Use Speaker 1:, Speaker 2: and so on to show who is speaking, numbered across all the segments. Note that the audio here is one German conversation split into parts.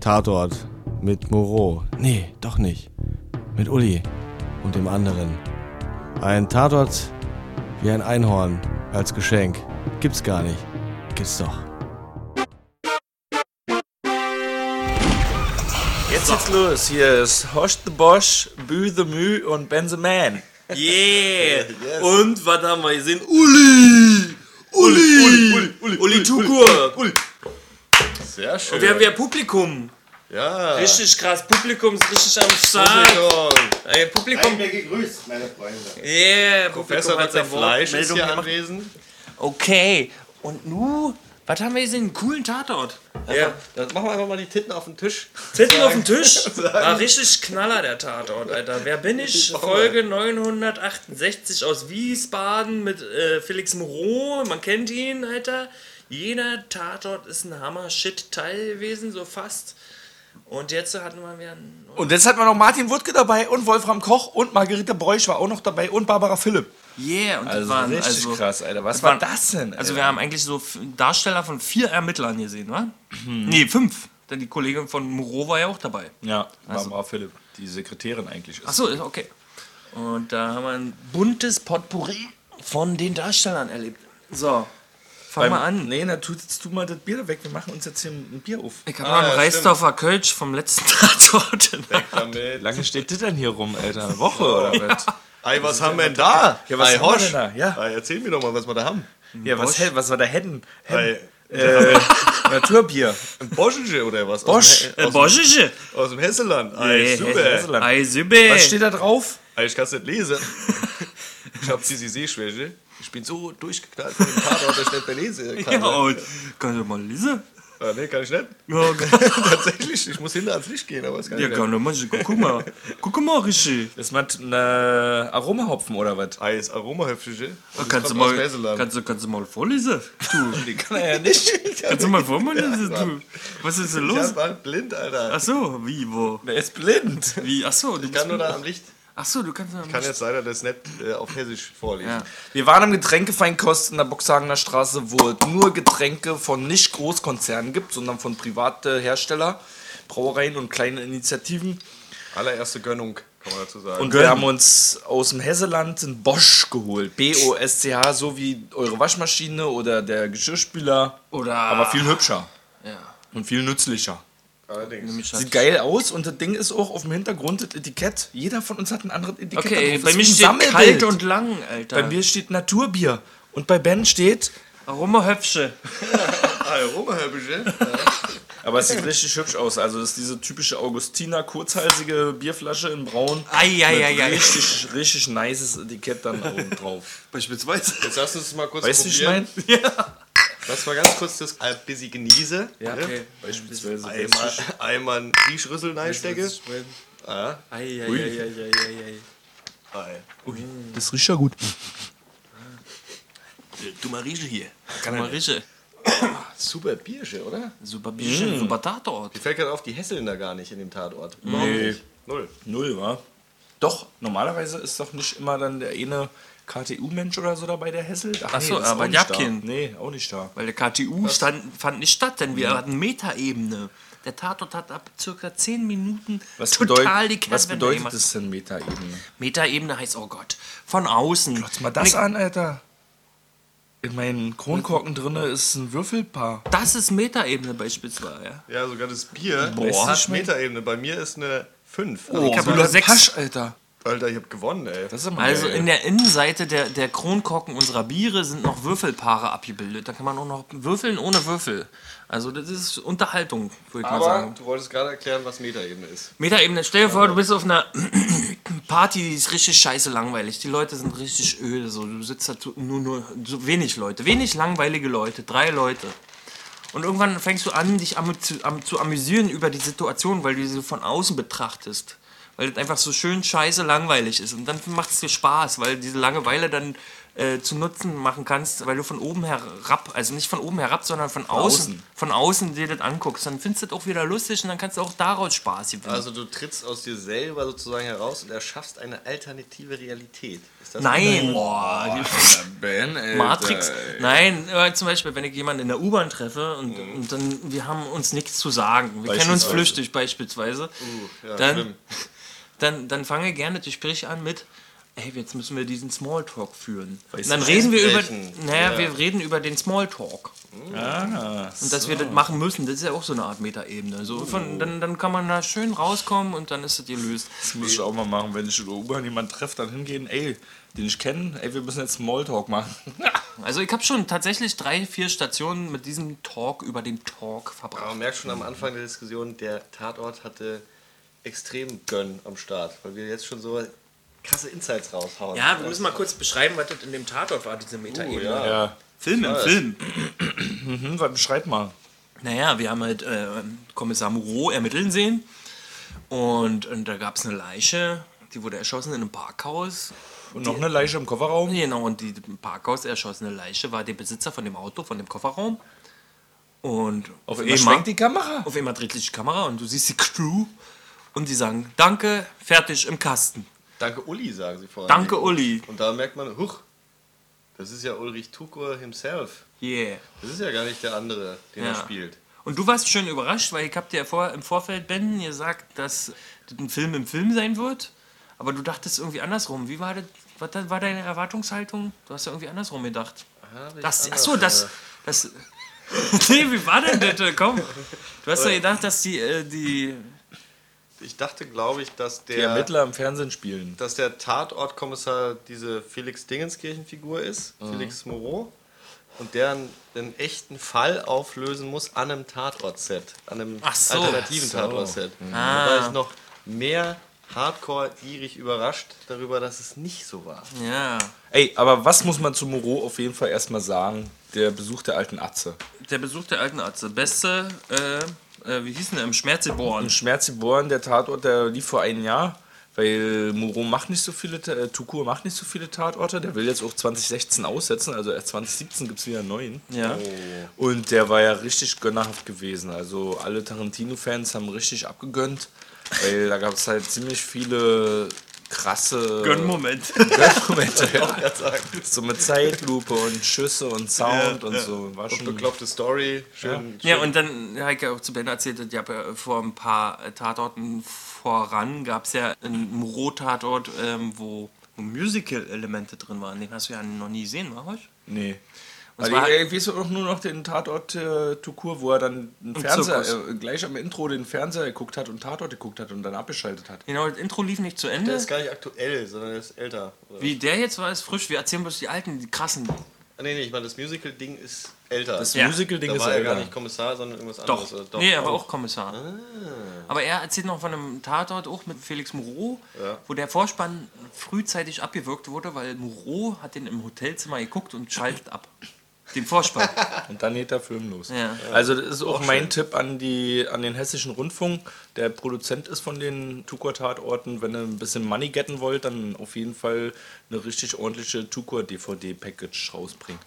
Speaker 1: Tatort mit Moreau. Nee, doch nicht. Mit Uli und dem anderen. Ein Tatort wie ein Einhorn als Geschenk. Gibt's gar nicht. Gibt's doch.
Speaker 2: Jetzt geht's los. Hier ist Hosh the Bosch, Bü the Mü und Ben the Man.
Speaker 3: Yeah! Und was haben wir gesehen? Uli! Uli! Uli, Uli, Tukur!
Speaker 4: Sehr schön.
Speaker 3: Und wir haben wieder Publikum.
Speaker 4: ja.
Speaker 3: Richtig krass. Publikum ist richtig am Start.
Speaker 4: Entschuldigung.
Speaker 3: Ey, Publikum.
Speaker 5: mir gegrüßt, meine Freunde.
Speaker 3: Yeah!
Speaker 4: Professor
Speaker 3: Publikum
Speaker 4: mit
Speaker 3: hat
Speaker 4: seinem
Speaker 3: sein Wort.
Speaker 4: Fleisch ist
Speaker 3: Meldung
Speaker 4: hier
Speaker 3: gemacht.
Speaker 4: anwesend.
Speaker 3: Okay. Und nu, was haben wir gesehen? Einen coolen Tatort.
Speaker 4: Ja, dann machen wir einfach mal die Titten auf den Tisch.
Speaker 3: Titten auf dem Tisch. War richtig Knaller der Tatort, Alter. Wer bin ich? Folge 968 aus Wiesbaden mit äh, Felix Moreau. Man kennt ihn, Alter. Jeder Tatort ist ein Hammer-Shit-Teil gewesen, so fast. Und jetzt hatten wir wieder einen
Speaker 6: Und jetzt hatten wir noch Martin Wuttke dabei und Wolfram Koch und Margarete Beusch war auch noch dabei und Barbara Philipp.
Speaker 3: Yeah, und das
Speaker 4: Also
Speaker 3: waren
Speaker 4: richtig
Speaker 3: also,
Speaker 4: krass, Alter. Was
Speaker 3: das
Speaker 4: war
Speaker 3: waren-
Speaker 4: das denn?
Speaker 3: Also
Speaker 4: Alter?
Speaker 3: wir haben eigentlich so f- Darsteller von vier Ermittlern gesehen, wa?
Speaker 4: Mhm.
Speaker 3: Nee, fünf. Denn die Kollegin von Moreau war ja auch dabei.
Speaker 4: ja, also Barbara Philipp, die Sekretärin eigentlich ist.
Speaker 3: Achso, okay. Und da haben wir ein buntes Potpourri von den Darstellern erlebt. So, fang
Speaker 4: Beim-
Speaker 3: mal an.
Speaker 4: Nee, na, tu, jetzt tu mal das Bier weg. Wir machen uns jetzt hier ein Bier auf.
Speaker 3: Ich habe ah, einen Reisdorfer Kölsch vom letzten Tatort. in der Hand.
Speaker 4: Wie lange steht das denn hier rum, Alter? Eine Woche oder was?
Speaker 5: Ei, was haben wir denn da?
Speaker 4: Ja, was
Speaker 5: Ei,
Speaker 4: haben wir
Speaker 5: Hosch.
Speaker 4: denn da? Ja.
Speaker 5: Ei, erzähl mir doch mal, was wir da haben.
Speaker 4: Ja, was, hä- was war da Hedden?
Speaker 5: Ei,
Speaker 4: Naturbier.
Speaker 5: ein Boschische oder was?
Speaker 4: Bosch.
Speaker 5: Aus dem, He-
Speaker 3: Äh, Boschische.
Speaker 5: aus, dem Hesseland. Ei,
Speaker 3: Hey,
Speaker 5: super.
Speaker 3: hey,
Speaker 4: Hesseland.
Speaker 3: Ei, Sübe.
Speaker 4: Was steht da drauf?
Speaker 5: Ei, ich kann's nicht lesen. ich hab diese Sehschwäche. Ich bin so durchgeknallt von dem Tatort, dass ich nicht mehr lesen kann. ne?
Speaker 3: Ja, und, kannst du mal lesen?
Speaker 5: Ah, nee, kann ich nicht.
Speaker 3: Ja,
Speaker 5: Tatsächlich, ich muss hinter ans Licht gehen, aber es kann
Speaker 3: ja
Speaker 5: ich
Speaker 3: kann
Speaker 5: nicht.
Speaker 3: doch mal. Guck mal. Guck mal, Rischi.
Speaker 4: Ist man eine Aromahopfen oder was?
Speaker 5: Ei, ist Aromahüpfische. Das
Speaker 3: Ah, Kannst du,
Speaker 5: kommt aus
Speaker 3: mal,
Speaker 5: Hesseland.
Speaker 3: kannst, du, kannst du mal vorlesen? Du,
Speaker 4: Die kann er ja nicht.
Speaker 3: kannst du mal vorlesen? du? Was ist denn
Speaker 5: ich
Speaker 3: los?
Speaker 5: hab halt blind,
Speaker 6: Ah,
Speaker 5: Alter.
Speaker 3: Ach so, wie, wo?
Speaker 4: Er ist blind.
Speaker 3: Wie, ach so, du
Speaker 5: Ich kann nur
Speaker 3: bist-
Speaker 5: da am Licht.
Speaker 3: Ach so, du kannst ich
Speaker 5: kann jetzt leider das nicht äh, auf Hessisch vorlesen.
Speaker 3: Ja.
Speaker 6: Wir waren am Getränkefeinkost in der Boxhagener Straße, wo es nur Getränke von nicht Großkonzernen gibt, sondern von private Hersteller, Brauereien und kleinen Initiativen.
Speaker 5: Allererste Gönnung, kann man dazu sagen.
Speaker 6: Und wir haben uns aus dem Hesseland einen Bosch geholt. B-O-S-C-H, so wie eure Waschmaschine oder der Geschirrspüler.
Speaker 3: Oder-
Speaker 6: Aber viel hübscher
Speaker 3: Ja.
Speaker 6: und viel nützlicher.
Speaker 5: Allerdings.
Speaker 6: Sieht geil aus und das Ding ist auch auf dem Hintergrund das Etikett. Jeder von uns hat ein anderes Etikett.
Speaker 3: Okay,
Speaker 6: drauf.
Speaker 3: bei
Speaker 6: Ist
Speaker 3: mir
Speaker 6: wie ein
Speaker 3: steht
Speaker 6: Sammelbild.
Speaker 3: kalt und lang, Alter.
Speaker 6: Bei mir steht Naturbier. Und bei Ben steht.
Speaker 3: Aroma Höpfsche.
Speaker 5: Ah, Aromahübsche.
Speaker 6: Aber es sieht richtig hübsch aus. Also, das ist diese typische Augustiner kurzhalsige Bierflasche in Braun. Mit
Speaker 3: Eieieiei.
Speaker 6: Richtig, richtig nices Etikett dann oben drauf.
Speaker 3: Beispielsweise.
Speaker 5: Jetzt lass uns das mal kurz
Speaker 6: Weißt du, wie ich
Speaker 5: probieren.
Speaker 6: meine?
Speaker 5: Lass mal ganz kurz das ein bisschen genieße.
Speaker 6: Ja,
Speaker 3: Okay.
Speaker 6: Beispielsweise.
Speaker 5: Einmal, einmal einen Rieschrüssel reinstecke. Ah,
Speaker 3: Eieieiei.
Speaker 5: ei.
Speaker 6: Das riecht ja gut.
Speaker 3: Du mal Rische hier. Kann du mal Rische.
Speaker 5: Super Biersche, oder?
Speaker 3: Super Bische, super Tatort.
Speaker 5: Mir fällt gerade auf, die Hesseln da gar nicht in dem Tatort.
Speaker 6: Nee.
Speaker 5: Null.
Speaker 6: Null, wa? Doch, normalerweise ist doch nicht immer dann der eine KTU-Mensch oder so dabei, der Hesselt.
Speaker 3: Ach so,
Speaker 6: das ist
Speaker 3: aber
Speaker 6: auch nicht
Speaker 3: Jabkin.
Speaker 6: da. Nee, auch nicht da.
Speaker 3: Weil der KTU stand, fand nicht statt, denn
Speaker 6: Mhm.
Speaker 3: wir hatten Metaebene. Der Tatort hat ab circa 10 Minuten
Speaker 6: Was,
Speaker 3: total die
Speaker 6: bedeut, was
Speaker 3: Kehrtwende
Speaker 6: bedeutet
Speaker 3: gemacht.
Speaker 6: das denn Metaebene?
Speaker 3: Metaebene heißt, oh Gott, von außen.
Speaker 6: Glotz mal das an, Alter. In meinen Kronkorken drinne ist ein Würfelpaar.
Speaker 3: Das ist Metaebene beispielsweise. Ja.
Speaker 5: Ja, sogar das Bier
Speaker 3: Boah.
Speaker 5: hat Metaebene. Bei mir ist eine 5.
Speaker 3: ich hab
Speaker 6: Bula
Speaker 3: nur sechs.
Speaker 6: Pasch, Alter.
Speaker 5: Alter, ich hab gewonnen, ey.
Speaker 6: Oh, Das ist immer
Speaker 3: Also
Speaker 6: geil.
Speaker 3: in der Innenseite der, der Kronkorken unserer Biere sind noch Würfelpaare abgebildet. Da kann man auch noch würfeln ohne Würfel. Also das ist Unterhaltung, würde ich mal
Speaker 5: Aber
Speaker 3: sagen.
Speaker 5: du wolltest gerade erklären, was Metaebene ist.
Speaker 3: Metaebene, stell dir vor, du bist auf einer Party, die ist richtig scheiße langweilig. Die Leute sind richtig öde. So. Du sitzt da zu- nur, nur so wenig Leute, wenig langweilige Leute, drei Leute. Und irgendwann fängst du an, dich am, zu, am, zu amüsieren über die Situation, weil du sie von außen betrachtest. Weil das einfach so schön scheiße langweilig ist. Und dann macht es dir Spaß, weil diese Langeweile dann äh, zum Nutzen machen kannst, weil du von oben herab, also nicht von oben herab, sondern von außen, von außen dir das anguckst, dann findest du das auch wieder lustig und dann kannst du auch daraus Spaß gewinnen.
Speaker 5: Also du trittst aus dir selber sozusagen heraus und erschaffst eine alternative Realität. Ist das
Speaker 3: Nein!
Speaker 6: Oh, Ben, ey.
Speaker 3: Matrix. Nein, äh, zum Beispiel, wenn ich jemanden in der U-Bahn treffe und,
Speaker 5: Mhm.
Speaker 3: und dann, wir haben uns nichts zu sagen. Wir kennen uns flüchtig beispielsweise.
Speaker 5: Uh,
Speaker 3: dann, dann, dann fange gerne das Gespräch an mit, hey, jetzt müssen wir diesen Smalltalk führen. und dann reden wir über, naja, wir reden über den Smalltalk. Und dass wir das machen müssen, das ist ja auch so eine Art Metaebene. So
Speaker 5: Uh.
Speaker 3: von, dann, dann kann man da schön rauskommen und dann ist das gelöst.
Speaker 6: Das muss ich auch mal machen, wenn ich in der U-Bahn jemanden treffe, dann hingehen, ey, den ich kenne, ey, wir müssen jetzt Smalltalk machen.
Speaker 3: Also ich habe schon tatsächlich drei, vier Stationen mit diesem Talk über den Talk verbracht.
Speaker 5: Man merkt schon am Anfang der Diskussion, der Tatort hatte extrem Gönn am Start, weil wir jetzt schon so krasse Insights raushauen. Oh,
Speaker 3: Ja, wir müssen mal kurz beschreiben, was das in dem Tatort war, diese ne? Metaebene.
Speaker 5: ja.
Speaker 6: Film im Film. mhm, weil beschreib mal.
Speaker 3: Naja, wir haben halt äh, Kommissar Moreau ermitteln sehen und, und da gab es eine Leiche, die wurde erschossen in einem Parkhaus.
Speaker 6: Und noch eine Leiche im Kofferraum.
Speaker 3: Genau, und die im Parkhaus erschossene Leiche war der Besitzer von dem Auto, von dem Kofferraum. Und auf
Speaker 6: Immer schwenkt die Kamera.
Speaker 3: auf einmal dreht sich die Kamera und du siehst die Crew und die sagen, danke, fertig, im Kasten.
Speaker 5: Danke Uli, sagen sie vorher.
Speaker 3: Danke, Uli.
Speaker 5: Und da merkt man, huch, das ist ja Ulrich Tukur himself.
Speaker 3: Yeah.
Speaker 5: Das ist ja gar nicht der andere, den er
Speaker 3: Ja.
Speaker 5: spielt.
Speaker 3: Und du warst schön überrascht, weil ich hab dir ja vor, im Vorfeld, Ben, gesagt, dass das ein Film im Film sein wird. Aber du dachtest irgendwie andersrum. Wie war das? Was da- war deine Erwartungshaltung? Du hast ja irgendwie andersrum gedacht. Das, achso, das. das nee, wie war denn das? Äh, Komm. Du hast ja gedacht, dass die, äh, die.
Speaker 5: Ich dachte, glaube ich, dass
Speaker 6: Die
Speaker 5: der,
Speaker 6: Ermittler im Fernsehen spielen.
Speaker 5: dass der Tatortkommissar diese Felix Dingenskirchen-Figur ist,
Speaker 3: Mhm.
Speaker 5: Felix Moreau, und der einen, einen echten Fall auflösen muss an einem Tatort-Set, an einem
Speaker 3: Ach so. Mhm. Ah.
Speaker 5: alternativen Tatort-Set. Da war ich noch mehr hardcore-gierig überrascht darüber, dass es nicht so war.
Speaker 3: Ja.
Speaker 6: Ey, aber was muss man zu Moreau auf jeden Fall erstmal sagen? Der Besuch der alten Atze.
Speaker 3: Der Besuch der alten Arzt. Der beste. Äh, äh, wie hieß denn der? Im Schmerzebohren.
Speaker 6: Im Schmerz geboren, der Tatort, der lief vor einem Jahr, weil Moreau macht nicht so viele, Ta- äh, Tukur macht nicht so viele Tatorte. Der will jetzt auch 2016 aussetzen, also erst 2017 gibt es wieder einen neuen. Oh.
Speaker 3: Ja.
Speaker 6: Und der war ja richtig gönnerhaft gewesen. Also alle Tarantino-Fans haben richtig abgegönnt, weil da gab es halt ziemlich viele krasse
Speaker 3: Gönnmoment.
Speaker 6: Gönnmomente. ja. So mit Zeitlupe und Schüsse und Sound und so. War schon
Speaker 5: Bekloppte Story, schön.
Speaker 3: Ja, und dann ja, hab ich ja auch zu Ben erzählt, ich habe ja vor ein paar äh, Tatorten voran gab es ja einen Moreau-Tatort, ähm, wo Musical-Elemente drin waren. Den hast du ja noch nie gesehen, war ich?
Speaker 6: Nee.
Speaker 3: Und
Speaker 6: Also
Speaker 3: zwar-
Speaker 6: ich, ich weiß auch nur noch den Tatort äh, Tukur, wo er dann den Fernseher,
Speaker 3: Zirkus.
Speaker 6: äh, gleich am Intro den Fernseher geguckt hat und Tatort geguckt hat und dann abgeschaltet hat.
Speaker 3: Genau, das Intro lief nicht zu
Speaker 5: Der
Speaker 3: Ende.
Speaker 5: ist gar nicht aktuell, sondern der ist älter. Oder?
Speaker 3: Wie der jetzt war, ist frisch. Wir erzählen bloß die alten, die krassen.
Speaker 5: Ah, Nee, nee, ich meine, das Musical-Ding ist älter.
Speaker 6: Das
Speaker 3: Ja.
Speaker 6: Musical-Ding
Speaker 5: da
Speaker 6: ist
Speaker 5: war er
Speaker 6: älter.
Speaker 5: gar nicht Kommissar, sondern irgendwas
Speaker 3: Doch. Ah.
Speaker 5: anderes. oder
Speaker 3: nee, er war auch Kommissar. Aber er erzählt noch von einem Tatort, auch mit Felix Moreau, wo der Vorspann frühzeitig abgewürgt wurde, weil Moreau hat den im Hotelzimmer geguckt und schaltet ab. Den Vorspann.
Speaker 6: Und dann geht der Film los.
Speaker 3: Ja.
Speaker 6: Also das ist auch, mein Tipp an, die, an den hessischen Rundfunk, der Produzent ist von den Tukur-Tatorten. Wenn ihr ein bisschen Money getten wollt, dann auf jeden Fall eine richtig ordentliche Tukur-DVD-Package rausbringen.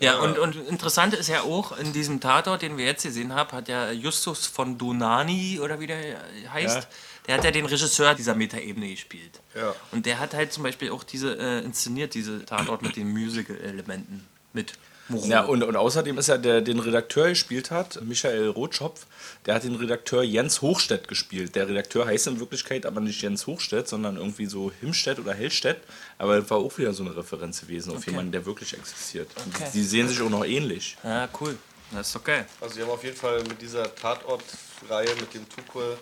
Speaker 6: Äh,
Speaker 3: Ja, und, und interessant ist ja auch, in diesem Tatort, den wir jetzt gesehen haben, hat ja Justus von Donani oder wie der heißt, der hat ja den Regisseur dieser Metaebene gespielt.
Speaker 5: Ja.
Speaker 3: Und der hat halt zum Beispiel auch diese äh, inszeniert, diese Tatort mit den Musical-Elementen. Mit Moreau.
Speaker 6: Ja, und, und außerdem ist ja der, den Redakteur gespielt hat, Michael Rotschopf, der hat den Redakteur Jens Hochstedt gespielt. Der Redakteur heißt in Wirklichkeit aber nicht Jens Hochstedt, sondern irgendwie so Himstedt oder Hellstedt. Aber das war auch wieder so eine Referenz gewesen auf jemanden, der wirklich existiert. Und
Speaker 3: Okay.
Speaker 6: Die sehen sich auch noch ähnlich.
Speaker 3: ja, Ah, cool. Das ist doch geil.
Speaker 5: Also sie haben auf jeden Fall mit dieser Tatort-Reihe, mit dem Tukur,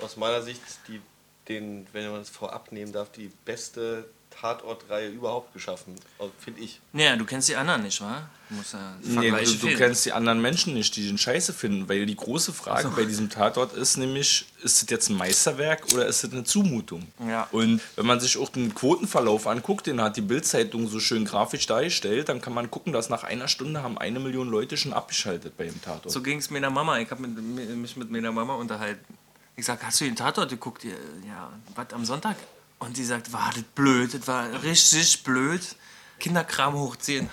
Speaker 5: aus meiner Sicht, die, den, wenn man es vorab nehmen darf, die beste Tatort-Reihe überhaupt geschaffen, Also, finde ich.
Speaker 3: Naja, du kennst die anderen nicht, wa? Du musst ja
Speaker 6: Nee,
Speaker 3: Vergleiche
Speaker 6: du, du
Speaker 3: finden.
Speaker 6: kennst die anderen Menschen nicht, die den Scheiße finden, weil die große Frage bei diesem Tatort ist nämlich, ist das jetzt ein Meisterwerk oder ist das eine Zumutung?
Speaker 3: Ja.
Speaker 6: Und wenn man sich auch den Quotenverlauf anguckt, den hat die Bildzeitung so schön grafisch dargestellt, dann kann man gucken, dass nach einer Stunde haben eine Million Leute schon abgeschaltet bei dem Tatort.
Speaker 3: So ging es meiner Mama. Ich habe mich mit meiner Mama unterhalten. Ich sag, hast du den Tatort geguckt? Ja, Ja, was am Sonntag? Und sie sagt, war das blöd, das war richtig blöd. Kinderkram hochziehen.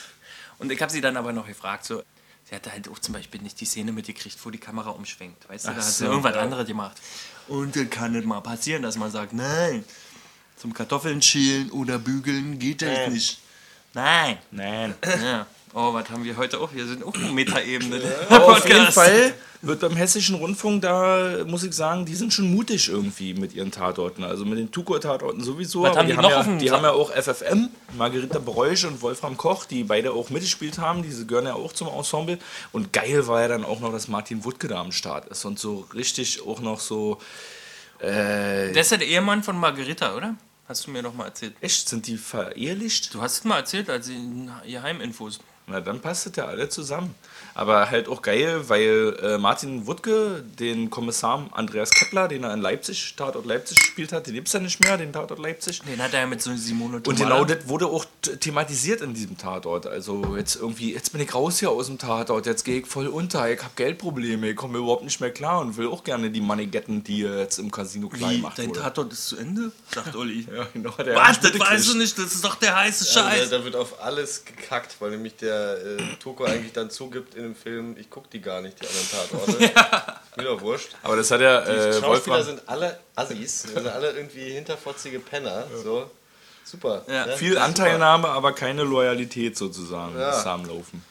Speaker 3: Und ich habe sie dann aber noch gefragt, so, sie hatte halt auch zum Beispiel nicht die Szene mitgekriegt, wo die Kamera umschwenkt. Weißt du, da hat sie irgendwas anderes gemacht. Und dann kann es mal passieren, dass man sagt, nein, zum Kartoffeln schälen oder bügeln geht das nicht. Nein.
Speaker 6: Nein.
Speaker 3: Ja. Oh, was haben wir heute auch? Wir sind auch eine Metaebene. Oh,
Speaker 6: Aber auf jeden Fall wird beim Hessischen Rundfunk, da muss ich sagen, die sind schon mutig irgendwie mit ihren Tatorten. Also mit den Tukur-Tatorten sowieso.
Speaker 3: Was
Speaker 6: aber
Speaker 3: haben die noch
Speaker 6: ja,
Speaker 3: auf dem
Speaker 6: die
Speaker 3: Sa-
Speaker 6: haben ja auch FFM, Margarita Breusch und Wolfram Koch, die beide auch mitgespielt haben. Diese gehören ja auch zum Ensemble. Und geil war ja dann auch noch, dass Martin Wuttke da am Start ist und so richtig auch noch so. Äh,
Speaker 3: Der ist ja der Ehemann von Margarita, oder? Hast du mir doch mal erzählt.
Speaker 6: echt, sind die verehelicht?
Speaker 3: Du hast es mal erzählt, als in Geheiminfos.
Speaker 6: Na, dann passt es ja alle zusammen. Aber halt auch geil, weil äh, Martin Wuttke, den Kommissar Andreas Kepler, den er in Leipzig, Tatort Leipzig gespielt hat, den gibt es ja nicht mehr, den Tatort Leipzig.
Speaker 3: Den hat er ja mit so Simone
Speaker 6: Und
Speaker 3: Tomala.
Speaker 6: genau das wurde auch t- thematisiert in diesem Tatort. Also jetzt irgendwie, jetzt bin ich raus hier aus dem Tatort, jetzt gehe ich voll unter, ich habe Geldprobleme, ich komme überhaupt nicht mehr klar und will auch gerne die Moneygetten, die jetzt im Casino klein
Speaker 3: Wie,
Speaker 6: gemacht
Speaker 3: dein
Speaker 6: wurde.
Speaker 3: Tatort ist zu Ende? Sagt Olli.
Speaker 6: Ja, genau, der hat
Speaker 3: Was?
Speaker 6: mich
Speaker 3: Das weißt du nicht, das ist doch der heiße
Speaker 5: Also,
Speaker 3: Scheiß.
Speaker 5: da, da wird auf alles gekackt, weil nämlich der äh, Toko eigentlich dann zugibt in dem Film, ich guck die gar nicht, die anderen Tatorte. Ist mir doch wurscht.
Speaker 6: Aber das hat ja
Speaker 5: Die
Speaker 6: äh,
Speaker 5: Schauspieler
Speaker 6: Wolfram...
Speaker 5: sind alle Assis, sind alle irgendwie hinterfotzige Penner. So. Super.
Speaker 3: Ja,
Speaker 5: ne?
Speaker 6: Viel Anteilnahme, aber keine Loyalität sozusagen. Das am Laufen.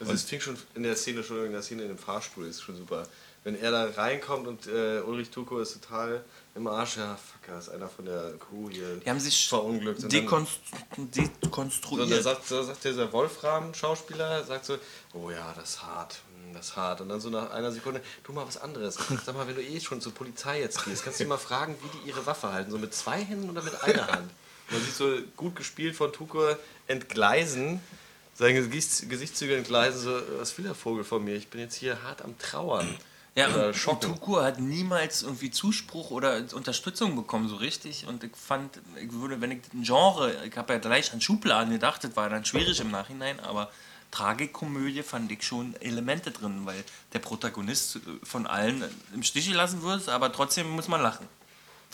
Speaker 5: Also es fing schon in der Szene, schon in der Szene in dem Fahrstuhl, ist schon super. Wenn er da reinkommt und äh, Ulrich Tuko ist total im Arsch, ja, fuck, da ist einer von der Crew hier.
Speaker 3: Die haben sich
Speaker 5: verunglückt. und dann-
Speaker 3: dekonst
Speaker 5: So, da
Speaker 3: dekonstruiert.
Speaker 5: sagt, so sagt dieser Wolfram-Schauspieler, sagt so, oh ja, das ist hart, hm, das ist hart. Und dann so nach einer Sekunde, tu mal was anderes. Sag mal, wenn du eh schon zur Polizei jetzt gehst, kannst du die mal fragen, wie die ihre Waffe halten. So mit zwei Händen oder mit einer Hand. Man sieht so gut gespielt von Tukur entgleisen, seine Gesichts Gesichtszüge entgleisen, so, was will der Vogel von mir? Ich bin jetzt hier hart am Trauern.
Speaker 3: ja,
Speaker 5: Oder
Speaker 3: und
Speaker 5: Schocken.
Speaker 3: Tukur hat niemals irgendwie Zuspruch oder Unterstützung bekommen, so richtig. Und ich fand, ich würde, wenn ich ein Genre, ich habe ja gleich an Schubladen gedacht, das war dann schwierig im Nachhinein, aber Tragikomödie fand ich schon Elemente drin, weil der Protagonist von allen im Stich gelassen wird, aber trotzdem muss man lachen.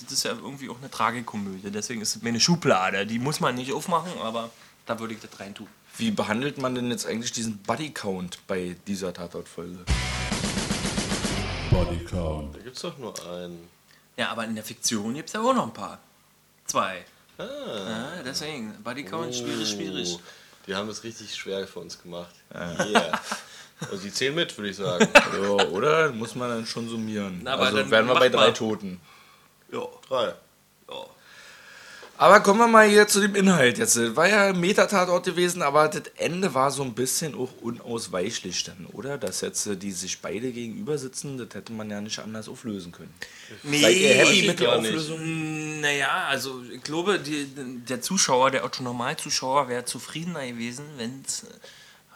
Speaker 3: Das ist ja irgendwie auch eine Tragikomödie, deswegen ist es mir eine Schublade. Die muss man nicht aufmachen, aber da würde ich das reintun.
Speaker 6: Wie behandelt man denn jetzt eigentlich diesen Buddy-Count bei dieser Tatortfolge?
Speaker 5: Da gibt's doch nur einen.
Speaker 3: Ja, aber in der Fiktion gibt es ja auch noch ein paar. Zwei. Ja, Ne, deswegen, Bodycount, schwierig, schwierig. Äh.
Speaker 5: Ah, Oh, Die haben es richtig schwer für uns gemacht.
Speaker 6: Oh.
Speaker 5: Yeah. Also die zählen mit, würde ich sagen.
Speaker 6: Ja, oder? Muss man dann schon summieren.
Speaker 3: Na, aber
Speaker 6: also
Speaker 3: dann
Speaker 6: wären wir bei
Speaker 3: mach mal.
Speaker 6: drei Toten.
Speaker 5: Drei.
Speaker 6: Aber kommen wir mal hier zu dem Inhalt jetzt. Das War ja ein Metatatort gewesen, aber das Ende war so ein bisschen auch unausweichlich dann, oder? Dass jetzt äh, die sich beide gegenüber sitzen, das hätte man ja nicht anders auflösen können.
Speaker 3: Nee,
Speaker 6: Seid ihr happy
Speaker 3: ich-
Speaker 6: mit der
Speaker 5: gar nicht.
Speaker 6: Auflösung?
Speaker 3: Naja, also ich glaube, die, der Zuschauer, der Otto-Normal-Zuschauer wäre zufriedener gewesen, wenn es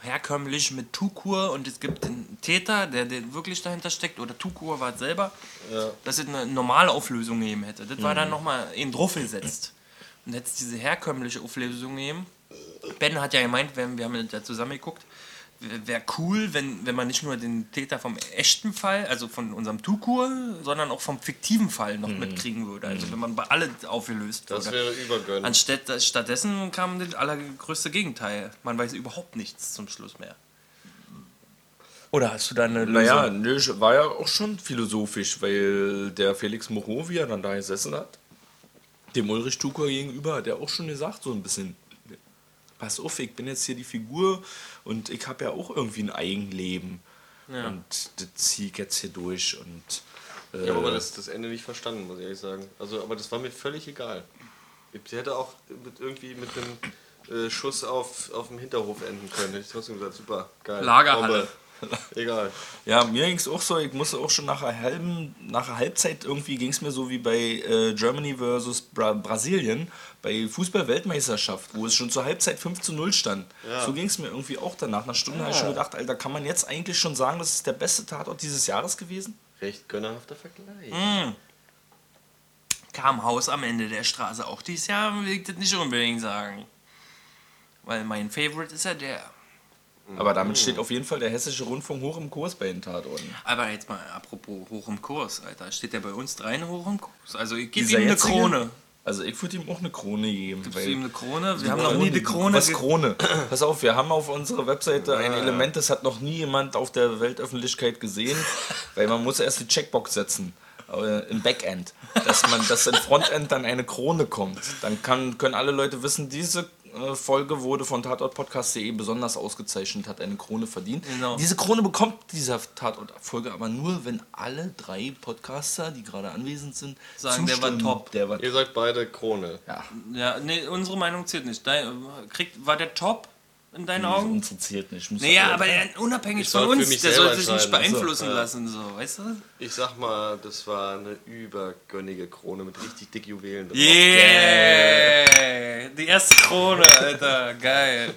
Speaker 3: herkömmlich mit Tukur und es gibt einen Täter, der, der wirklich dahinter steckt, oder Tukur war es selber, dass es eine normale Auflösung gegeben hätte. Das
Speaker 6: Mhm.
Speaker 3: war dann nochmal in drauf gesetzt. Und jetzt diese herkömmliche Auflösung gegeben. Ben hat ja gemeint, wir, wir haben ja zusammen geguckt, wäre cool, wenn, wenn man nicht nur den Täter vom echten Fall, also von unserem Tukur, sondern auch vom fiktiven Fall noch mitkriegen würde. Also wenn man bei alle aufgelöst
Speaker 5: Mhm. Das
Speaker 3: würde.
Speaker 5: wäre übergönnt.
Speaker 3: Anstatt, stattdessen kam das allergrößte Gegenteil. Man weiß überhaupt nichts zum Schluss mehr. Oder hast du da eine Lösung?
Speaker 6: Naja, nö, war ja auch schon philosophisch, weil der Felix Moreau, wie er dann da gesessen hat, dem Ulrich Tukur gegenüber, hat er auch schon gesagt, so ein bisschen, pass auf, ich bin jetzt hier die Figur und ich habe ja auch irgendwie ein Eigenleben. Und das ziehe ich jetzt hier durch und äh,
Speaker 5: Ich habe aber das, das Ende nicht verstanden, muss ich ehrlich sagen. Also, aber das war mir völlig egal. Sie hätte auch mit, irgendwie mit einem äh, Schuss auf, auf dem Hinterhof enden können. Hätte ich trotzdem gesagt, super, geil.
Speaker 3: Lagerhalle.
Speaker 5: Bombe. Egal.
Speaker 6: Ja, mir ging es auch so, ich musste auch schon nach einer, halben, nach einer Halbzeit irgendwie ging es mir so wie bei äh, Germany versus Bra Brasilien bei Fußball-Weltmeisterschaft, wo es schon zur Halbzeit 5 zu 0 stand. So ging es mir irgendwie auch danach. Nach Stunden habe ich schon gedacht, Alter, kann man jetzt eigentlich schon sagen, das ist der beste Tatort dieses Jahres gewesen?
Speaker 5: Recht gönnerhafter Vergleich.
Speaker 3: Hm. Kam Haus am Ende der Straße auch dieses Jahr, will ich das nicht unbedingt sagen. Weil mein Favorite ist ja der.
Speaker 6: Aber damit steht auf jeden Fall der hessische Rundfunk hoch im Kurs bei den Tatorten.
Speaker 3: Aber jetzt mal apropos hoch im Kurs, Alter. Steht der bei uns dreien hoch im Kurs? Also ich gebe
Speaker 6: Dieser
Speaker 3: ihm eine
Speaker 6: jetzige?
Speaker 3: Krone.
Speaker 6: Also ich würde ihm auch eine Krone geben.
Speaker 3: Gibst
Speaker 6: weil-
Speaker 3: du ihm eine Krone? Wir haben noch
Speaker 6: Krone.
Speaker 3: nie die Krone.
Speaker 6: Was
Speaker 3: ge-
Speaker 6: Krone? Pass auf, wir haben auf unserer Webseite ein Element, das hat noch nie jemand auf der Weltöffentlichkeit gesehen, weil man muss erst die Checkbox setzen äh, im Backend, dass man, dass im Frontend dann eine Krone kommt. Dann kann, können alle Leute wissen, diese äh, Folge wurde von Tatortpodcast.de besonders ausgezeichnet, hat eine Krone verdient.
Speaker 3: Genau.
Speaker 6: Diese Krone bekommt dieser Tatort-Folge aber nur, wenn alle drei Podcaster, die gerade anwesend sind,
Speaker 3: Sagen, der war top.
Speaker 6: Der war
Speaker 5: Ihr sagt beide Krone.
Speaker 3: Ja, nee, unsere Meinung zählt nicht. Dein, kriegt, war der top in deinen
Speaker 6: Das
Speaker 3: Augen?
Speaker 6: interessiert nicht. Muss
Speaker 3: Naja, aber der, unabhängig von
Speaker 5: Hm, soll für
Speaker 3: uns,
Speaker 5: mich
Speaker 3: der
Speaker 5: selber
Speaker 3: sollte sich nicht
Speaker 5: entscheiden,
Speaker 3: beeinflussen
Speaker 5: so, ja.
Speaker 3: lassen, so, weißt du?
Speaker 5: Ich sag mal, das war eine übergönnige Krone mit richtig dick Juwelen drauf.
Speaker 3: Yeah! Die erste Krone, Alter, geil.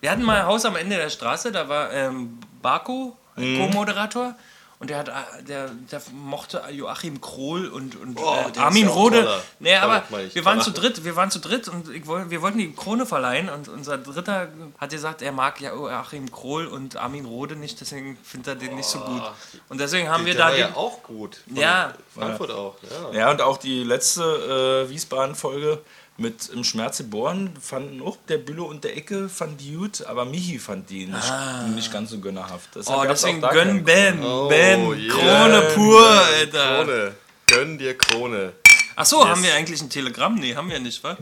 Speaker 3: Wir hatten mal ein Haus am Ende der Straße, da war ähm, Barco, ein
Speaker 5: Mhm.
Speaker 3: Co-Moderator. Und der, hat, äh, der, der mochte Joachim Krohl und, und äh, Armin
Speaker 5: Oh, ja auch
Speaker 3: Rode.
Speaker 5: toller.
Speaker 3: Nee, aber
Speaker 5: Toller, meine ich,
Speaker 3: wir waren zu
Speaker 5: toller.
Speaker 3: dritt, wir waren zu dritt und ich, woll- wir wollten die Krone verleihen. Und unser Dritter hat gesagt, er mag ja Joachim Krohl und Armin Rode nicht, deswegen findet er den nicht so gut. Und deswegen haben wir
Speaker 5: Der
Speaker 3: da
Speaker 5: war
Speaker 3: den,
Speaker 5: ja auch gut. Von
Speaker 3: Ja.
Speaker 5: Frankfurt auch, ja.
Speaker 6: Ja, und auch die letzte äh, Wiesbaden-Folge mit Im Schmerz geboren fanden auch der Bülle und der Ecke fand die gut, aber Michi fand die nicht, nicht ganz so gönnerhaft. Deshalb
Speaker 3: Oh,
Speaker 6: gab's
Speaker 3: deswegen
Speaker 6: auch da keinen-
Speaker 3: gönn Ben. ben,
Speaker 5: yeah.
Speaker 3: Krone pur, Alter.
Speaker 5: Krone. Gönn dir Krone.
Speaker 3: Ach so, haben wir eigentlich ein Telegramm? Nee, haben wir nicht, wa?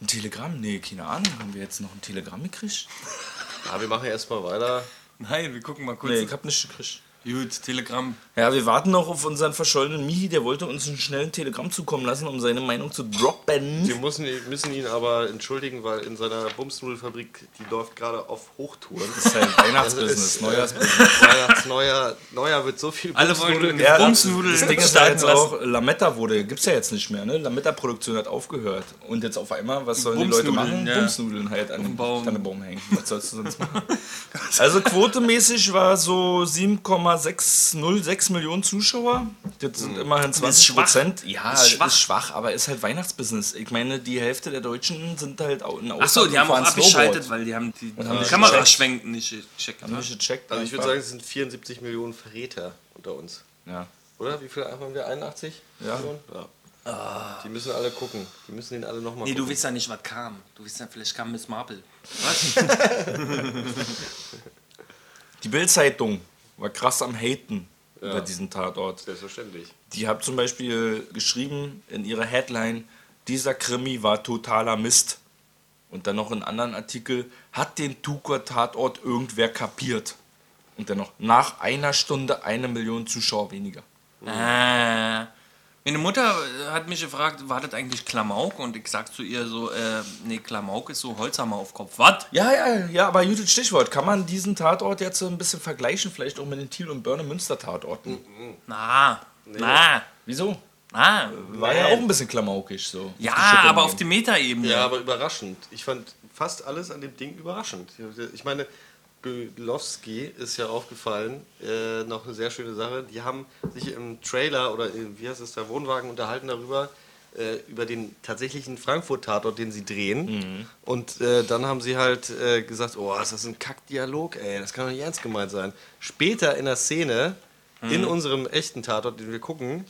Speaker 6: Ein Telegramm? Nee, keine Ahnung. Haben wir jetzt noch ein Telegramm gekriegt?
Speaker 5: Ja, wir machen erstmal weiter.
Speaker 3: Nein, wir gucken mal kurz.
Speaker 6: Nee, ich hab nicht gekriegt.
Speaker 3: Gut, Telegramm.
Speaker 6: Ja, wir warten noch auf unseren verschollenen Michi, der wollte uns einen schnellen Telegramm zukommen lassen, um seine Meinung zu droppen.
Speaker 5: Wir müssen, müssen ihn aber entschuldigen, weil in seiner Bumsnudelfabrik, die läuft gerade auf Hochtouren.
Speaker 6: Das ist halt Weihnachtsbusiness, Neujahrsbusiness.
Speaker 5: Weihnachts, Neuer, Neuer wird so viel
Speaker 3: Alle wollen
Speaker 5: Bumsnudeln.
Speaker 3: ja,
Speaker 6: Das
Speaker 3: Bumsnudeln
Speaker 6: Ding ist da
Speaker 3: starten
Speaker 6: jetzt
Speaker 3: lassen.
Speaker 6: auch, Lametta wurde, gibt's ja jetzt nicht mehr, ne? Lametta-Produktion hat aufgehört. Und jetzt auf einmal, was sollen die Leute
Speaker 3: Bumsnudeln,
Speaker 6: machen?
Speaker 3: ja.
Speaker 6: Bumsnudeln halt an den
Speaker 3: Baum.
Speaker 6: Baum. An den Baum hängen. Was sollst du sonst machen? also quotemäßig war so 7,606 Millionen Zuschauer. Das sind immerhin 20 Prozent. Ja, ist schwach. ist schwach, aber ist halt Weihnachtsbusiness. Ich meine, die Hälfte der Deutschen sind halt au- in Ausland.
Speaker 3: Achso,
Speaker 6: und
Speaker 3: die haben auch
Speaker 6: fahren
Speaker 3: abgeschaltet,
Speaker 6: Snowboard.
Speaker 3: weil die haben die,
Speaker 6: haben
Speaker 3: die
Speaker 6: die
Speaker 3: Kamera
Speaker 6: gecheckt.
Speaker 3: schwenkt nicht gecheckt.
Speaker 6: Haben
Speaker 3: ne?
Speaker 6: nicht gecheckt.
Speaker 5: Also ich würde
Speaker 6: einfach.
Speaker 5: sagen, es sind 74 Millionen Verräter unter uns.
Speaker 6: Ja.
Speaker 5: Oder? Wie viel haben wir? 81
Speaker 6: Ja.
Speaker 5: Millionen? Ja. Die müssen alle gucken. Die müssen den alle nochmal
Speaker 3: Nee, du
Speaker 5: gucken.
Speaker 3: weißt ja nicht, was kam. Du weißt ja, vielleicht kam Miss Marple. Äh,
Speaker 6: Die Bild-Zeitung war krass am Haten über diesen Tatort.
Speaker 5: Selbstverständlich.
Speaker 6: Die haben zum Beispiel geschrieben in ihrer Headline, dieser Krimi war totaler Mist. Und dann noch in anderen Artikel, hat den Tukur-Tatort irgendwer kapiert? Und dann noch, nach einer Stunde eine Million Zuschauer weniger.
Speaker 3: Ah. Meine Mutter äh, hat mich gefragt, war das eigentlich Klamauk? Und ich sag zu ihr so, äh, nee, Klamauk ist so Holzhammer auf Kopf. Was?
Speaker 6: Ja, ja, ja, aber gutes Stichwort. Kann man diesen Tatort jetzt so ein bisschen vergleichen, vielleicht auch mit den Thiel- und Börne-Münster-Tatorten?
Speaker 3: Na, na,
Speaker 6: Wieso?
Speaker 3: na.
Speaker 6: War ja auch ein bisschen klamaukig so.
Speaker 3: Ja,
Speaker 6: die Schippe
Speaker 3: aber
Speaker 6: nehmen.
Speaker 3: auf die Metaebene.
Speaker 5: Ja, aber überraschend. Ich fand fast alles an dem Ding überraschend. Ich meine, Belowski ist ja aufgefallen, äh, noch eine sehr schöne Sache. Die haben sich im Trailer oder im, wie heißt es, der Wohnwagen unterhalten darüber, äh, über den tatsächlichen Frankfurt-Tatort, den sie drehen. Und äh, dann haben sie halt äh, gesagt, oh, ist das ein Kackdialog, ey, das kann doch nicht ernst gemeint sein. Später in der Szene, in unserem echten Tatort, den wir gucken,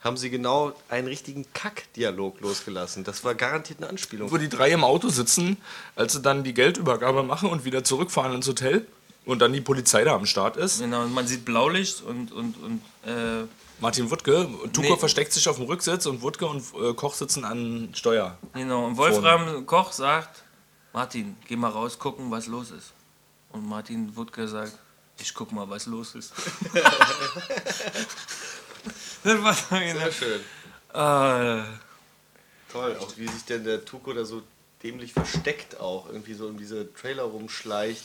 Speaker 5: haben sie genau einen richtigen Kackdialog losgelassen. Das war garantiert eine Anspielung.
Speaker 6: wo die drei im Auto sitzen, als sie dann die Geldübergabe machen und wieder zurückfahren ins Hotel und dann die Polizei da am Start ist.
Speaker 3: Genau, und man sieht Blaulicht und, und, und äh,
Speaker 6: Martin Wuttke, Tuko
Speaker 3: Nee.
Speaker 6: versteckt sich auf dem Rücksitz und Wuttke und äh, Koch sitzen an Steuer.
Speaker 3: genau. Und Wolfram Koch sagt, Martin, geh mal raus gucken, was los ist. Und Martin Wuttke sagt, ich guck mal, was los ist. das war so genau.
Speaker 5: Sehr schön.
Speaker 3: Ah,
Speaker 5: Toll, auch wie sich denn der Tuko da so dämlich versteckt auch, irgendwie so um diese Trailer rumschleicht,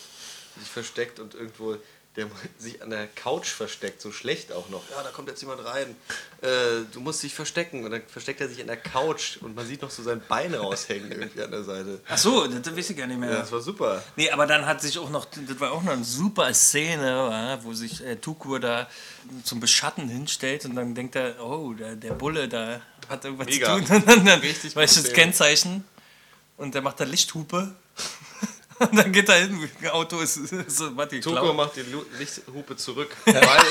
Speaker 5: sich versteckt und irgendwo der sich an der Couch versteckt, so schlecht auch noch. Ja, da kommt jetzt jemand rein. Äh, du musst dich verstecken. Und dann versteckt er sich an der Couch und man sieht noch so sein Bein raushängen irgendwie an der Seite.
Speaker 3: Ach so, das weiß ich gar nicht mehr.
Speaker 5: Ja, das war super.
Speaker 3: Nee, aber dann hat sich auch noch, das war auch noch eine super Szene, wa, wo sich äh, Tukur da zum Beschatten hinstellt und dann denkt er, oh, der, der Bulle da hat irgendwas
Speaker 5: Mega.
Speaker 3: zu tun. Und dann, dann
Speaker 5: Richtig
Speaker 3: weißt du,
Speaker 5: gute
Speaker 3: das
Speaker 5: Szene.
Speaker 3: Kennzeichen und der macht da Lichthupe. und dann geht er hin, das Auto ist, ist, ist was
Speaker 5: Tuko
Speaker 3: geklaut.
Speaker 5: macht die Lu- Lichthupe zurück, weil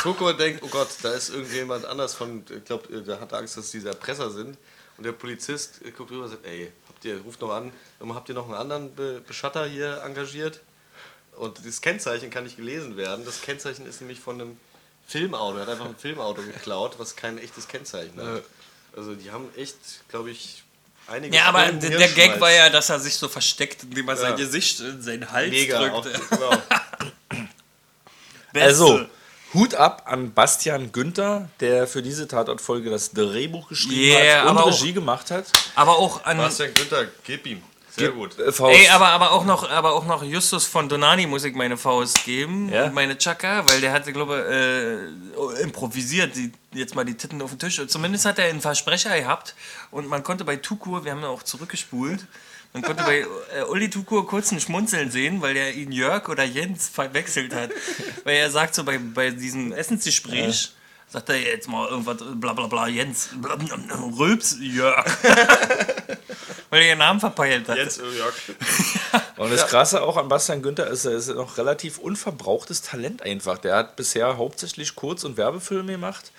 Speaker 5: Tukur denkt, oh Gott, da ist irgendjemand anders von, ich glaube, da hat er Angst, dass diese Erpresser sind. Und der Polizist äh, guckt rüber und sagt, ey, habt ihr, ruft noch an, ähm, habt ihr noch einen anderen Be Beschatter hier engagiert? Und das Kennzeichen kann nicht gelesen werden. Das Kennzeichen ist nämlich von einem Filmauto. Er hat einfach ein Filmauto geklaut, was kein echtes Kennzeichen hat. Also die haben echt, glaube ich, einige
Speaker 3: Ja, aber
Speaker 5: Stunden
Speaker 3: der, der Gag
Speaker 5: Hirnschmalz.
Speaker 3: war ja, dass er sich so versteckt, indem er sein Gesicht in seinen Hals
Speaker 5: mega. Auch,
Speaker 3: drückte.
Speaker 5: genau.
Speaker 6: Also, Hut ab an Bastian Günther, der für diese Tatortfolge das Drehbuch geschrieben
Speaker 3: Yeah,
Speaker 6: hat und
Speaker 3: aber auch-
Speaker 6: Regie gemacht hat.
Speaker 3: Aber auch an.
Speaker 5: Bastian Günther, gib ihm. Sehr gut.
Speaker 6: Äh, Faust.
Speaker 3: Ey, aber, aber, auch noch, aber auch noch Justus von Donani muss ich meine Faust geben
Speaker 6: Ja?
Speaker 3: und meine Chaka, weil der hatte, glaube ich, äh, improvisiert, die, jetzt mal die Titten auf den Tisch. Und zumindest hat er einen Versprecher gehabt und man konnte bei Tukur, wir haben ja auch zurückgespult, man konnte bei äh, Uli Tukur kurz ein Schmunzeln sehen, weil er ihn Jörg oder Jens verwechselt hat. weil er sagt so bei, bei diesem Essensgespräch, sagt er jetzt mal irgendwas, bla bla bla, Jens, bla, bla, bla, Rülps Jörg. weil er ihren Namen verpeilt hat.
Speaker 5: Jetzt, äh, Jörg.
Speaker 6: Und das Krasse auch an Bastian Günther ist, er ist noch relativ unverbrauchtes Talent einfach. Der hat bisher hauptsächlich Kurz- und Werbefilme gemacht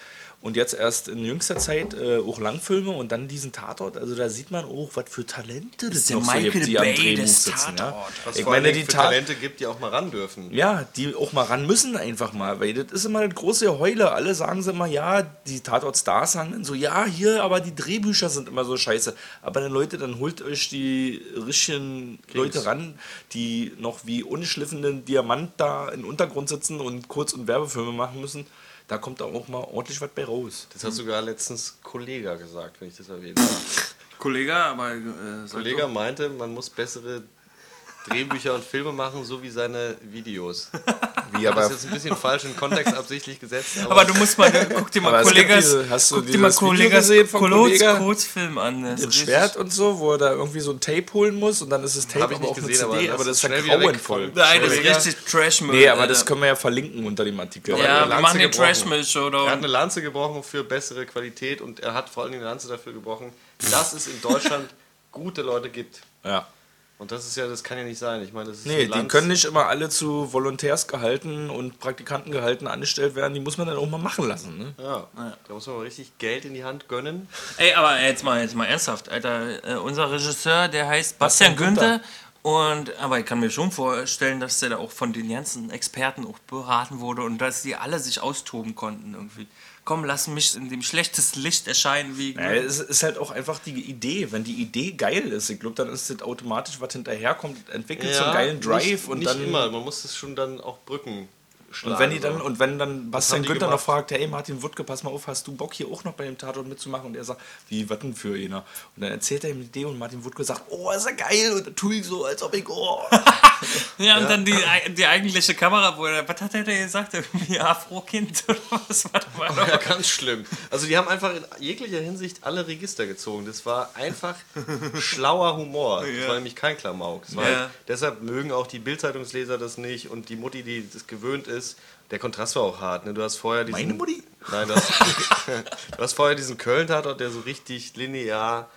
Speaker 6: und jetzt erst in jüngster Zeit äh, auch Langfilme und dann diesen Tatort. Also da sieht man auch, was für Talente das
Speaker 3: der
Speaker 6: noch so
Speaker 3: Michael
Speaker 6: gibt, die am
Speaker 3: Bay
Speaker 6: Drehbuch
Speaker 3: des
Speaker 6: sitzen. Ja.
Speaker 3: Tatort.
Speaker 5: Was
Speaker 6: Ich
Speaker 5: vor allen
Speaker 6: meine,
Speaker 5: Dingen
Speaker 6: die
Speaker 5: für
Speaker 6: Tat
Speaker 5: Talente gibt, die auch mal ran dürfen.
Speaker 6: ja, die auch mal ran müssen einfach mal, weil das ist immer das große Heule. Alle sagen sie immer, ja, die Tatort-Stars sagen dann so, ja, hier, aber die Drehbücher sind immer so scheiße. Aber dann Leute, dann holt euch die richtigen Leute ran, die noch wie unschliffenden Diamant da im Untergrund sitzen und Kurz- und Werbefilme machen müssen. Da kommt auch mal ordentlich was bei raus.
Speaker 5: Das hat sogar letztens Kollega gesagt, wenn ich das erwähnt habe.
Speaker 3: Kollege, aber äh, sag
Speaker 5: Kollega meinte, man muss bessere Drehbücher und Filme machen, so wie seine Videos.
Speaker 6: Wie
Speaker 5: Das ist jetzt ein bisschen falsch in Kontext absichtlich gesetzt, aber,
Speaker 3: Aber du musst mal, ne, guck dir mal
Speaker 6: Aber es gibt
Speaker 3: Kollegas,
Speaker 6: diese- hast du
Speaker 3: guck dir mal
Speaker 6: dieses Video
Speaker 3: Kollegas
Speaker 6: gesehen von Kollega?
Speaker 3: Kurzfilm an. ne? Das
Speaker 6: Mit
Speaker 3: ist
Speaker 6: Schwert und so, wo er da irgendwie so ein Tape holen muss und dann ist das Tape
Speaker 5: Hab ich
Speaker 6: aber
Speaker 5: nicht
Speaker 6: auch
Speaker 5: gesehen,
Speaker 6: eine
Speaker 5: aber
Speaker 6: CD,
Speaker 5: das
Speaker 6: aber das ist
Speaker 5: ist
Speaker 6: ja
Speaker 5: schnell wieder weg
Speaker 6: grauenvoll.
Speaker 5: von-
Speaker 3: Nein, das ist
Speaker 5: Kollega?
Speaker 3: richtig Trash-Müll.
Speaker 6: Nee, aber das
Speaker 3: Alter.
Speaker 6: können wir ja verlinken unter dem Artikel.
Speaker 3: Ja, wir
Speaker 5: Lanze
Speaker 3: machen hier
Speaker 5: gebrochen.
Speaker 3: Trash-Müll
Speaker 5: er hat
Speaker 3: oder
Speaker 5: eine Lanze gebrochen für bessere Qualität und er hat vor allen Dingen eine Lanze dafür gebrochen, dass es in Deutschland gute Leute gibt.
Speaker 6: ja.
Speaker 5: Und das ist ja, das kann ja nicht sein. Ich meine, das ist
Speaker 6: Nee,
Speaker 5: ein
Speaker 6: die
Speaker 5: Land-
Speaker 6: können nicht immer alle zu Volontärs gehalten und Praktikanten gehalten angestellt werden. Die muss man dann auch mal machen lassen. Ne?
Speaker 5: Ja, da muss man mal richtig Geld in die Hand gönnen.
Speaker 3: Ey, aber jetzt mal, jetzt mal ernsthaft, Alter. Äh, unser Regisseur, der heißt Bastian
Speaker 6: Bastian
Speaker 3: Günther. Und, aber ich kann mir schon vorstellen, dass der da auch von den ganzen Experten auch beraten wurde und dass die alle sich austoben konnten irgendwie. Komm, lass mich in dem schlechtesten Licht erscheinen, wie ich
Speaker 6: Ja, es ist halt auch einfach die Idee. Wenn die Idee geil ist, ich glaube, dann ist das automatisch, was hinterherkommt, entwickelt so einen geilen Drive
Speaker 5: nicht,
Speaker 6: und
Speaker 5: nicht
Speaker 6: dann.
Speaker 5: immer, man muss es schon dann auch brücken.
Speaker 6: Und
Speaker 5: schlagen,
Speaker 6: wenn, die dann,
Speaker 5: so.
Speaker 6: und wenn dann Bastian
Speaker 5: haben die
Speaker 6: Günther noch
Speaker 5: gemacht?
Speaker 6: fragt, hey Martin Wuttke, pass mal auf, hast du Bock hier auch noch bei dem Tatort mitzumachen? Und er sagt, wie, was denn für einer? Und dann erzählt er ihm die Idee und Martin Wuttke sagt, oh, ist ja geil. Und dann tue ich so, als ob ich, oh.
Speaker 3: Ja, und dann die, die eigentliche Kamera, wo er, was hat er da gesagt? Irgendwie Afro-Kind oder was? Warte mal.
Speaker 5: Oh, Ja, ganz schlimm. Also die haben einfach in jeglicher Hinsicht alle Register gezogen. Das war einfach schlauer Humor. Das war nämlich kein Klamauk. Das war
Speaker 3: Ja.
Speaker 5: halt, deshalb mögen auch die Bildzeitungsleser das nicht und die Mutti, die das gewöhnt ist. Der Kontrast war auch hart. Ne? Du hast vorher diesen,
Speaker 6: Meine Mutti?
Speaker 5: Nein, du hast, du hast vorher diesen Köln-Tatort, der so richtig linear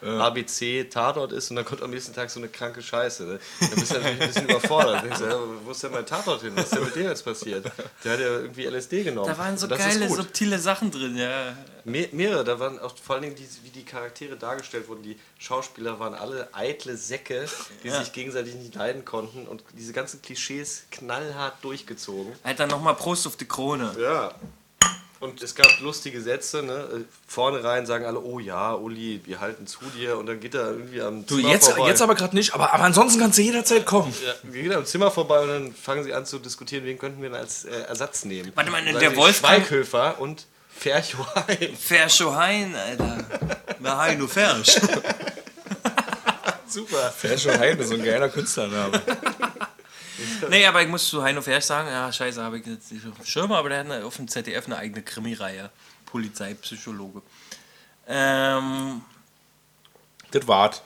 Speaker 5: ABC-Tatort ist und dann kommt am nächsten Tag so eine kranke Scheiße. Ne? Dann bist du natürlich ein bisschen überfordert. Denkst du, ja, wo ist denn mein Tatort hin? Was ist denn mit dem jetzt passiert? Der hat ja irgendwie LSD genommen.
Speaker 3: Da waren so
Speaker 5: Und das ist
Speaker 3: geile,
Speaker 5: gut.
Speaker 3: subtile Sachen drin, ja.
Speaker 5: Me mehrere, da waren auch vor allen Dingen, die, wie die Charaktere dargestellt wurden, die Schauspieler waren alle eitle Säcke, die sich gegenseitig nicht leiden konnten und diese ganzen Klischees knallhart durchgezogen.
Speaker 3: Alter, nochmal Prost auf die Krone.
Speaker 5: Ja. Und es gab lustige Sätze, ne? Vorne rein sagen alle, oh ja, Uli, wir halten zu dir und dann geht er irgendwie am
Speaker 6: Du, jetzt,
Speaker 5: vorbei.
Speaker 6: jetzt aber gerade nicht, aber, aber ansonsten kannst du jederzeit kommen.
Speaker 5: ja, wir gehen am Zimmer vorbei und dann fangen sie an zu diskutieren, wen könnten wir denn als äh, Ersatz nehmen.
Speaker 3: Warte mal,
Speaker 5: Sagen
Speaker 3: der
Speaker 5: sie,
Speaker 3: Wolfgang-
Speaker 5: Schweighöfer und Ferchwein.
Speaker 3: Ferschohain, Alter. Na, hi, nur Fersch.
Speaker 5: Super.
Speaker 6: Der ist schon Heine, so ein geiler Künstlername.
Speaker 3: Nee, aber ich muss zu Heino Fersch sagen, ja, scheiße, habe ich jetzt nicht auf dem Schirm, aber der hat eine- auf dem ZDF eine eigene Krimireihe. Polizei, Psychologe. Ähm,
Speaker 6: Das war's.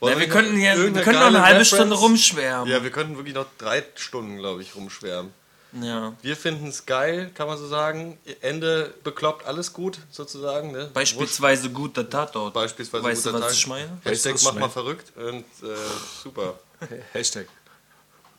Speaker 3: na, wir könnten hier, wir
Speaker 5: irgendeine
Speaker 3: könnten noch eine
Speaker 5: geile
Speaker 3: halbe
Speaker 5: Reference?
Speaker 3: Stunde rumschwärmen.
Speaker 5: Ja, wir könnten wirklich noch drei Stunden, glaube ich, rumschwärmen.
Speaker 3: Ja.
Speaker 5: Wir finden es geil, kann man so sagen. Ende bekloppt, alles gut, sozusagen. Ne?
Speaker 3: Beispielsweise guter Tatort.
Speaker 5: Beispielsweise
Speaker 3: Weißt du,
Speaker 5: guter
Speaker 3: was
Speaker 5: Tag.
Speaker 3: ich meine?
Speaker 5: Hashtag
Speaker 6: Weißt du, was
Speaker 5: macht mal
Speaker 6: schmeckt?
Speaker 5: verrückt und äh, super.
Speaker 6: Hashtag.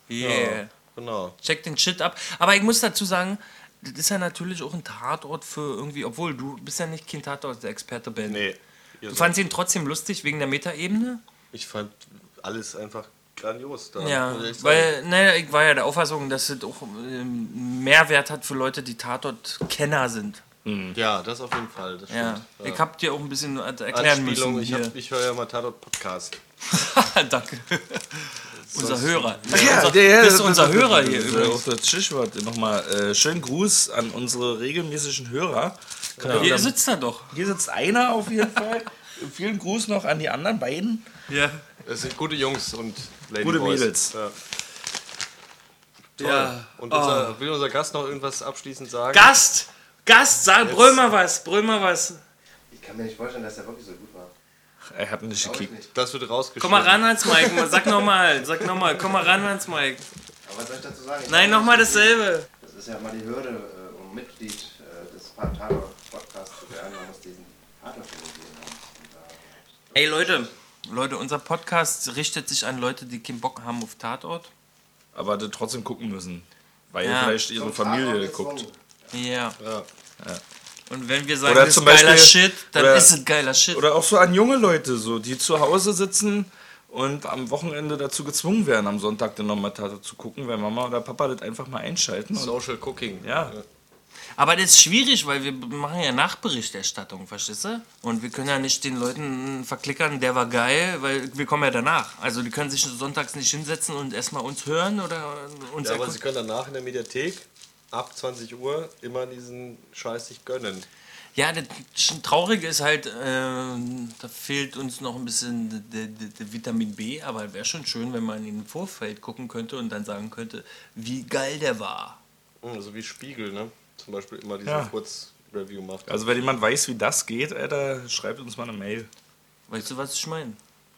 Speaker 3: Yeah.
Speaker 5: Genau.
Speaker 3: Check den Shit ab. Aber ich muss dazu sagen, das ist ja natürlich auch ein Tatort für irgendwie, obwohl du bist ja nicht kein Tatort-Experte, Ben.
Speaker 5: Nee. ihr
Speaker 3: Du
Speaker 5: seid-
Speaker 3: fandst ihn trotzdem lustig wegen der Metaebene?
Speaker 5: ich fand alles einfach grandios da.
Speaker 3: Ja,
Speaker 5: muss ich sagen.
Speaker 3: weil, naja, ich war ja der Auffassung, dass es auch ähm, Mehrwert hat für Leute, die Tatort-Kenner sind.
Speaker 6: Mhm.
Speaker 5: ja, das auf jeden Fall. Das
Speaker 3: Ja.
Speaker 5: stimmt.
Speaker 3: Ich hab dir auch ein bisschen erklären
Speaker 5: Anspielung,
Speaker 3: müssen.
Speaker 5: ich, hab-
Speaker 3: Hier.
Speaker 5: ich höre ja mal Tatort Podcast.
Speaker 3: Danke. unser Hörer.
Speaker 5: Ja,
Speaker 6: Also,
Speaker 3: unser,
Speaker 5: der-
Speaker 3: bist du unser Hörer hier
Speaker 6: Das ist
Speaker 3: übrigens.
Speaker 6: auch das Stichwort nochmal. Äh, schönen Gruß an unsere regelmäßigen Hörer. Kann ja
Speaker 3: Hier
Speaker 6: dann-
Speaker 3: sitzt er doch.
Speaker 6: hier sitzt einer auf jeden Fall. Vielen Gruß noch an die anderen beiden.
Speaker 3: Ja.
Speaker 5: Es sind gute Jungs und Lady
Speaker 6: Gute
Speaker 5: Boys.
Speaker 6: Mädels.
Speaker 5: Ja.
Speaker 7: Ja.
Speaker 5: Und
Speaker 6: Oh.
Speaker 5: unser, will unser Gast noch irgendwas abschließend sagen?
Speaker 7: Gast! Gast, sag, brüll mal was, brüll mal was.
Speaker 8: Ich kann mir nicht vorstellen, dass er wirklich so gut war.
Speaker 6: Er hat nicht gekickt.
Speaker 5: Das wird rausgeschnitten.
Speaker 7: Komm mal ran ans Mike, sag nochmal, sag nochmal, komm mal ran ans Mike.
Speaker 8: Aber was soll ich dazu sagen? Ich
Speaker 7: Nein, nochmal dasselbe.
Speaker 8: Das ist ja mal die Hürde, äh, um Mitglied äh, des Tatort-Podcasts zu werden. Man muss diesen Tatort irgendwie haben.
Speaker 7: Ey Leute,
Speaker 3: Leute, unser Podcast richtet sich an Leute, die keinen Bock haben auf Tatort.
Speaker 6: Aber die trotzdem gucken müssen. Weil
Speaker 3: Ja.
Speaker 6: vielleicht ihre Familie guckt.
Speaker 3: Ja. Und wenn wir sagen,
Speaker 6: Oder
Speaker 3: das
Speaker 6: zum
Speaker 3: ist geiler
Speaker 6: Beispiel-
Speaker 3: Shit, dann
Speaker 6: oder-
Speaker 3: ist es geiler Shit.
Speaker 6: Oder auch so an junge Leute, so, die zu Hause sitzen und am Wochenende dazu gezwungen werden, am Sonntag dann nochmal Tatort zu gucken, weil Mama oder Papa das einfach mal einschalten. Und,
Speaker 5: Social Cooking.
Speaker 6: ja,
Speaker 3: Aber das ist schwierig, weil wir machen ja Nachberichterstattung, verstehst du? Und wir können ja nicht den Leuten verklickern, der war geil, weil wir kommen ja danach. Also die können sich sonntags nicht hinsetzen und erstmal uns hören oder uns
Speaker 5: Ja, aber
Speaker 3: erkunden.
Speaker 5: Sie können danach in der Mediathek ab 20 Uhr immer diesen Scheiß sich gönnen.
Speaker 3: Ja, das Traurige ist halt, ähm, da fehlt uns noch ein bisschen der, der, der Vitamin B, aber wäre schon schön, wenn man in im Vorfeld gucken könnte und dann sagen könnte, wie geil der war.
Speaker 5: Hm, So wie Spiegel, ne? Zum Beispiel immer diesen
Speaker 6: Ja.
Speaker 5: Kurz-Review macht.
Speaker 6: Also wenn jemand weiß, wie das geht, Alter, schreibt uns mal eine Mail.
Speaker 3: Weißt du, was ich meine?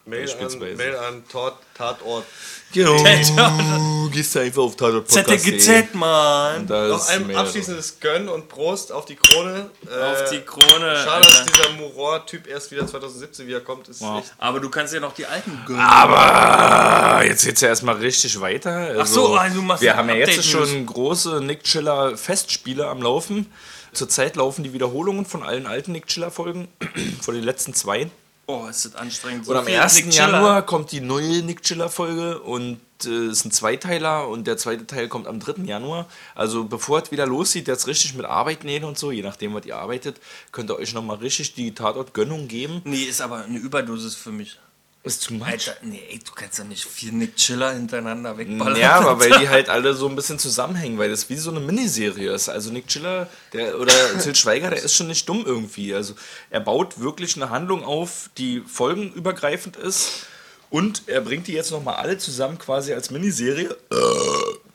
Speaker 5: Mail an,
Speaker 6: beispielsweise.
Speaker 5: Mail an Tort, Tatort.
Speaker 6: Genau. Du gehst einfach auf Tatort
Speaker 3: ZTGZ, Mann!
Speaker 5: Noch ein abschließendes Gönn und Prost auf die Krone.
Speaker 7: auf
Speaker 5: Äh,
Speaker 7: die Krone.
Speaker 5: Schade, dass
Speaker 7: Alter.
Speaker 5: dieser Muror-Typ erst wieder 2017 wiederkommt. Ist
Speaker 6: Wow.
Speaker 5: echt
Speaker 7: Aber du kannst ja noch die alten
Speaker 3: Ah.
Speaker 7: gönnen.
Speaker 6: Aber jetzt geht's ja erstmal richtig weiter. Also,
Speaker 3: Ach so, also du machst
Speaker 6: wir
Speaker 3: ein
Speaker 6: haben ja jetzt
Speaker 3: Update-News.
Speaker 6: schon große Nick Chiller Festspiele am Laufen. Zurzeit laufen die Wiederholungen von allen alten Nick Chiller Folgen, von den letzten zwei.
Speaker 3: Oh, ist das anstrengend.
Speaker 6: Und am 1. Januar kommt die neue Nick Chiller Folge und äh, ist ein Zweiteiler und der zweite Teil kommt am 3. Januar. Also bevor es wieder loszieht, jetzt richtig mit Arbeit nähen und so, je nachdem, was ihr arbeitet, könnt ihr euch nochmal richtig die Tatort-Gönnung geben.
Speaker 3: Nee, ist aber eine Überdosis für mich.
Speaker 6: Ist zu
Speaker 3: Alter, nee, ey, du kannst ja nicht vier Nick Chiller hintereinander wegballern.
Speaker 6: Ja, aber weil die halt alle so ein bisschen zusammenhängen, weil das wie so eine Miniserie ist. Also Nick Chiller der, oder Till Schweiger, der ist schon nicht dumm irgendwie. Also er baut wirklich eine Handlung auf, die folgenübergreifend ist und er bringt die jetzt nochmal alle zusammen quasi als Miniserie, äh,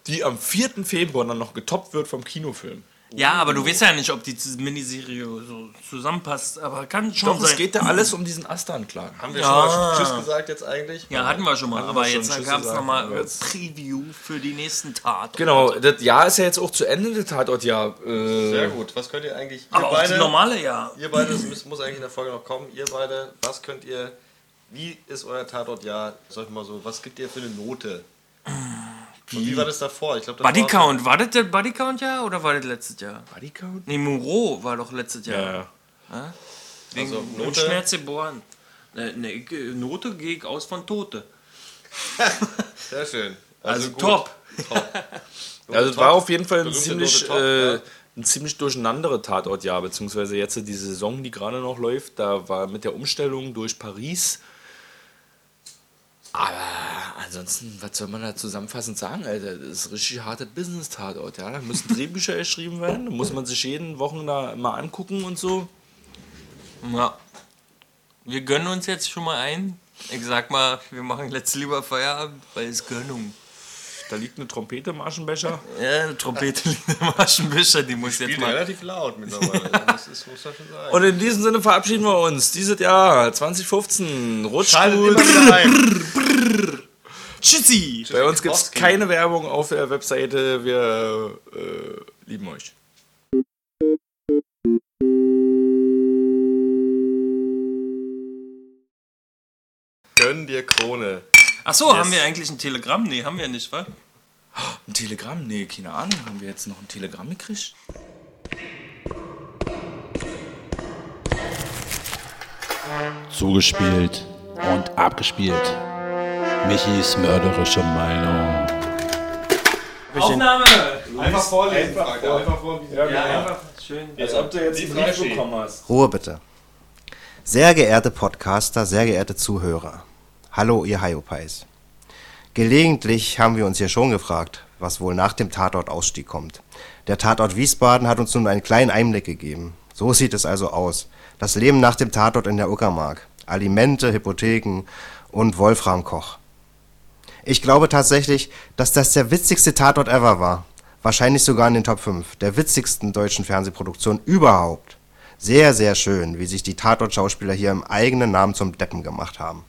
Speaker 6: die am 4. Februar dann noch getoppt wird vom Kinofilm.
Speaker 3: Ja, aber du weißt ja nicht, ob die Z- Miniserie so zusammenpasst, aber kann schon
Speaker 6: Doch,
Speaker 3: sein.
Speaker 6: es geht da alles um diesen Astan-Clan.
Speaker 5: Haben wir schon mal Tschüss gesagt jetzt eigentlich?
Speaker 3: Ja, hatten wir schon mal, aber
Speaker 6: wir schon,
Speaker 3: jetzt
Speaker 6: Tschüss
Speaker 3: gab es
Speaker 6: gesagt,
Speaker 3: nochmal
Speaker 6: aber
Speaker 3: ein
Speaker 6: jetzt-
Speaker 3: Preview für die nächsten Tat.
Speaker 6: Genau, das Jahr ist ja jetzt auch zu Ende, das Tatort-Jahr. Äh,
Speaker 5: Sehr gut. Was könnt ihr eigentlich? Ihr
Speaker 3: Aber auch das
Speaker 5: beide,
Speaker 3: normale Jahr.
Speaker 5: ihr beide, das muss, muss eigentlich in der Folge noch kommen. Ihr beide, was könnt ihr, wie ist euer Tatort? Ja, sag ich mal so, was gibt ihr für eine Note? Und wie war das davor? Ich glaube, das
Speaker 3: Buddy
Speaker 5: war-
Speaker 3: Count, war das der Buddy Count Jahr oder war das letztes Jahr?
Speaker 6: Body Count?
Speaker 3: Nee, Moreau war doch letztes Jahr.
Speaker 6: Ja, ja.
Speaker 3: Wegen
Speaker 5: Also, Note-
Speaker 3: Note. Schmerz geboren. Äh, nee, ich, äh, Note gehe ich aus von Tote.
Speaker 5: Sehr schön.
Speaker 3: Also,
Speaker 5: gut.
Speaker 3: top.
Speaker 6: Also es war auf jeden Fall ein
Speaker 5: Berühmte
Speaker 6: ziemlich,
Speaker 5: Note Top,
Speaker 6: äh,
Speaker 5: ja.
Speaker 6: ein ziemlich durcheinanderer Tatortjahr, beziehungsweise jetzt die Saison, die gerade noch läuft, da war mit der Umstellung durch Paris. Aber ansonsten, was soll man da zusammenfassend sagen, Alter? Das ist richtig hartes Business-Tatort, ja. Da müssen Drehbücher geschrieben werden, da muss man sich jeden Wochen da mal angucken und so.
Speaker 3: Ja. Wir gönnen uns jetzt schon mal ein. Ich sag mal, wir machen jetzt lieber Feierabend, weil es Gönnung.
Speaker 6: Da liegt eine Trompete im Aschenbecher.
Speaker 3: Ja, eine Trompete liegt im Aschenwischer, die muss jetzt
Speaker 5: Spielt
Speaker 3: mal.
Speaker 5: relativ laut mittlerweile. das ist, muss man schon sagen.
Speaker 6: Und in diesem Sinne verabschieden wir uns. Dieses Jahr 2015 rutscht
Speaker 5: Schaltet
Speaker 6: gut.
Speaker 5: immer wieder ein.
Speaker 3: Tschüssi!
Speaker 6: Bei uns gibt es
Speaker 5: Kowalski.
Speaker 6: keine Werbung auf der Webseite. Wir äh, lieben euch.
Speaker 5: Gönn dir Krone.
Speaker 3: Achso, haben wir eigentlich ein Telegramm? Nee, haben wir nicht, wa?
Speaker 6: Ein Telegramm? Nee, keine Ahnung. Haben wir jetzt noch ein Telegramm gekriegt?
Speaker 9: Zugespielt und abgespielt. Michis mörderische Meinung.
Speaker 3: Aufnahme!
Speaker 5: Einfach vorlesen, Frank. Einfach vor, wie
Speaker 3: Ja, einfach schön.
Speaker 6: Als ob du jetzt die Brief bekommen hast.
Speaker 10: Ruhe bitte. Sehr geehrte Podcaster, sehr geehrte Zuhörer. Hallo, ihr Hyopies. Gelegentlich haben wir uns hier schon gefragt, was wohl nach dem Tatort-Ausstieg kommt. Der Tatort Wiesbaden hat uns nun einen kleinen Einblick gegeben. So sieht es also aus. Das Leben nach dem Tatort in der Uckermark. Alimente, Hypotheken und Wolfram Koch. Ich glaube tatsächlich, dass das der witzigste Tatort ever war. Wahrscheinlich sogar in den Top 5 der witzigsten deutschen Fernsehproduktion überhaupt. Sehr, sehr schön, wie sich die Tatort-Schauspieler hier im eigenen Namen zum Deppen gemacht haben.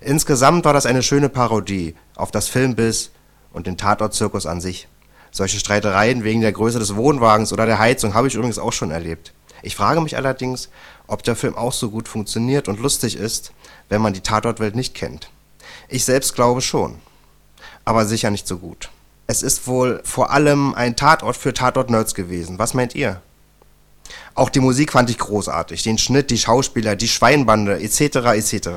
Speaker 10: Insgesamt war das eine schöne Parodie auf das Filmbiss und den Tatort-Zirkus an sich. Solche Streitereien wegen der Größe des Wohnwagens oder der Heizung habe ich übrigens auch schon erlebt. Ich frage mich allerdings, ob der Film auch so gut funktioniert und lustig ist, wenn man die Tatortwelt nicht kennt. Ich selbst glaube schon, aber sicher nicht so gut. Es ist wohl vor allem ein Tatort für Tatort-Nerds gewesen. Was meint ihr? Auch die Musik fand ich großartig, den Schnitt, die Schauspieler, die Schweinbande, etc., etc.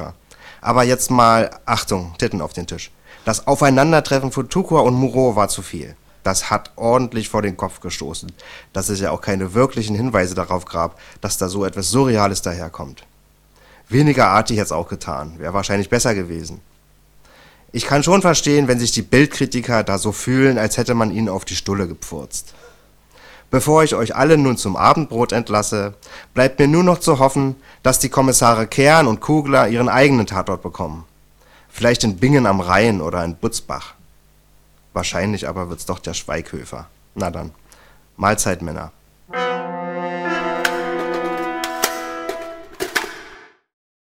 Speaker 10: Aber jetzt mal, Achtung, Titten auf den Tisch. Das Aufeinandertreffen von Tukua und Muro war zu viel. Das hat ordentlich vor den Kopf gestoßen, dass es ja auch keine wirklichen Hinweise darauf gab, dass da so etwas Surreales daherkommt. Weniger artig hätte es auch getan, wäre wahrscheinlich besser gewesen. Ich kann schon verstehen, wenn sich die Bildkritiker da so fühlen, als hätte man ihnen auf die Stulle gepfurzt. Bevor ich euch alle nun zum Abendbrot entlasse, bleibt mir nur noch zu hoffen, dass die Kommissare Kern und Kugler ihren eigenen Tatort bekommen. Vielleicht in Bingen am Rhein oder in Butzbach. Wahrscheinlich aber wird's doch der Schweighöfer. Na dann. Mahlzeit, Männer.